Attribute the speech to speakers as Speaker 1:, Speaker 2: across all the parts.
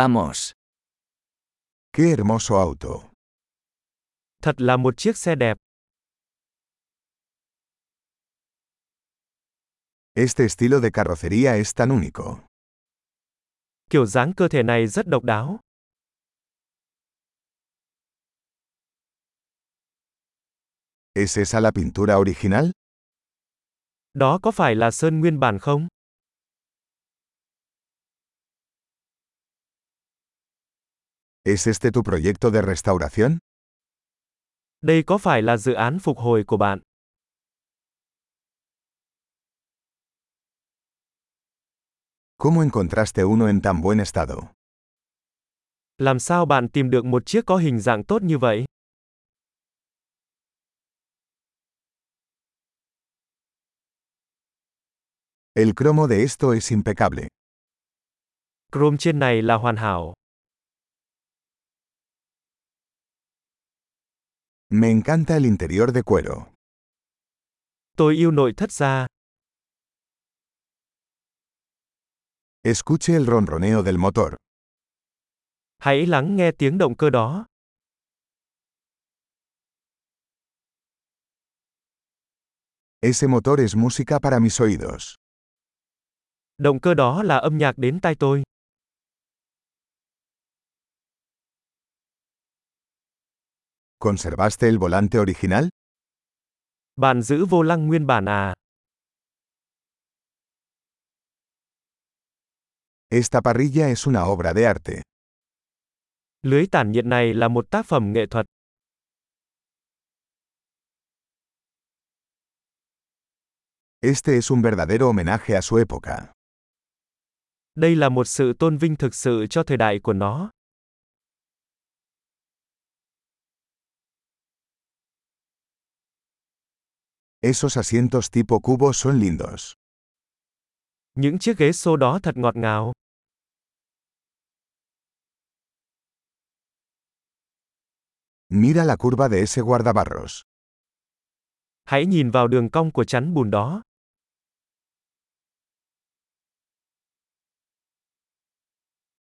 Speaker 1: Vamos.
Speaker 2: ¡Qué hermoso auto!
Speaker 3: Thật là một chiếc xe đẹp.
Speaker 2: Este estilo de carrocería es tan único.
Speaker 3: Kiểu dáng cơ thể này rất độc đáo.
Speaker 2: ¿Es esa la pintura original?
Speaker 3: Đó có phải là sơn nguyên bản không?
Speaker 2: ¿Es este tu proyecto de restauración?
Speaker 3: Đây có phải là dự án phục hồi của bạn?
Speaker 2: ¿Cómo encontraste uno en tan buen estado?
Speaker 3: Làm sao bạn tìm được một chiếc có hình dạng tốt như vậy?
Speaker 2: El cromo de esto es impecable.
Speaker 3: Chrome trên này là hoàn hảo.
Speaker 2: Me encanta el interior de cuero.
Speaker 3: Tôi yêu nội thất da.
Speaker 2: Escuche el ronroneo del motor.
Speaker 3: Hãy lắng nghe tiếng động cơ đó.
Speaker 2: Ese motor es música para mis oídos.
Speaker 3: Động cơ đó là âm nhạc đến tai tôi.
Speaker 2: ¿Conservaste el volante original?
Speaker 3: Bạn giữ vô lăng nguyên bản à?
Speaker 2: Esta parrilla es una obra de arte.
Speaker 3: Lưới tản nhiệt này là một tác phẩm nghệ thuật.
Speaker 2: Este es un verdadero homenaje a su época.
Speaker 3: Đây là một sự tôn vinh thực sự cho thời đại của nó.
Speaker 2: Esos asientos tipo cubo son lindos.
Speaker 3: Những chiếc ghế xô đó thật ngọt ngào.
Speaker 2: Mira la curva de ese guardabarros.
Speaker 3: Hãy nhìn vào đường cong của chắn bùn đó.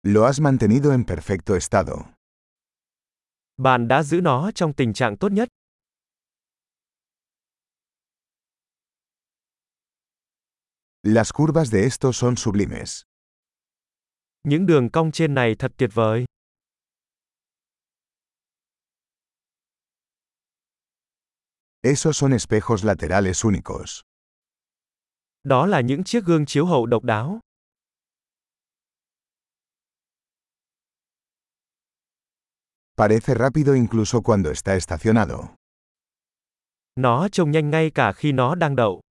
Speaker 2: Lo has mantenido en perfecto estado.
Speaker 3: Bạn đã giữ nó trong tình trạng tốt nhất.
Speaker 2: Las curvas de estos son sublimes.
Speaker 3: Những đường cong trên này thật tuyệt vời.
Speaker 2: Esos son espejos laterales únicos.
Speaker 3: Đó là những chiếc gương chiếu hậu độc đáo.
Speaker 2: Parece rápido incluso cuando está estacionado.
Speaker 3: Nó trông nhanh ngay cả khi nó đang đậu.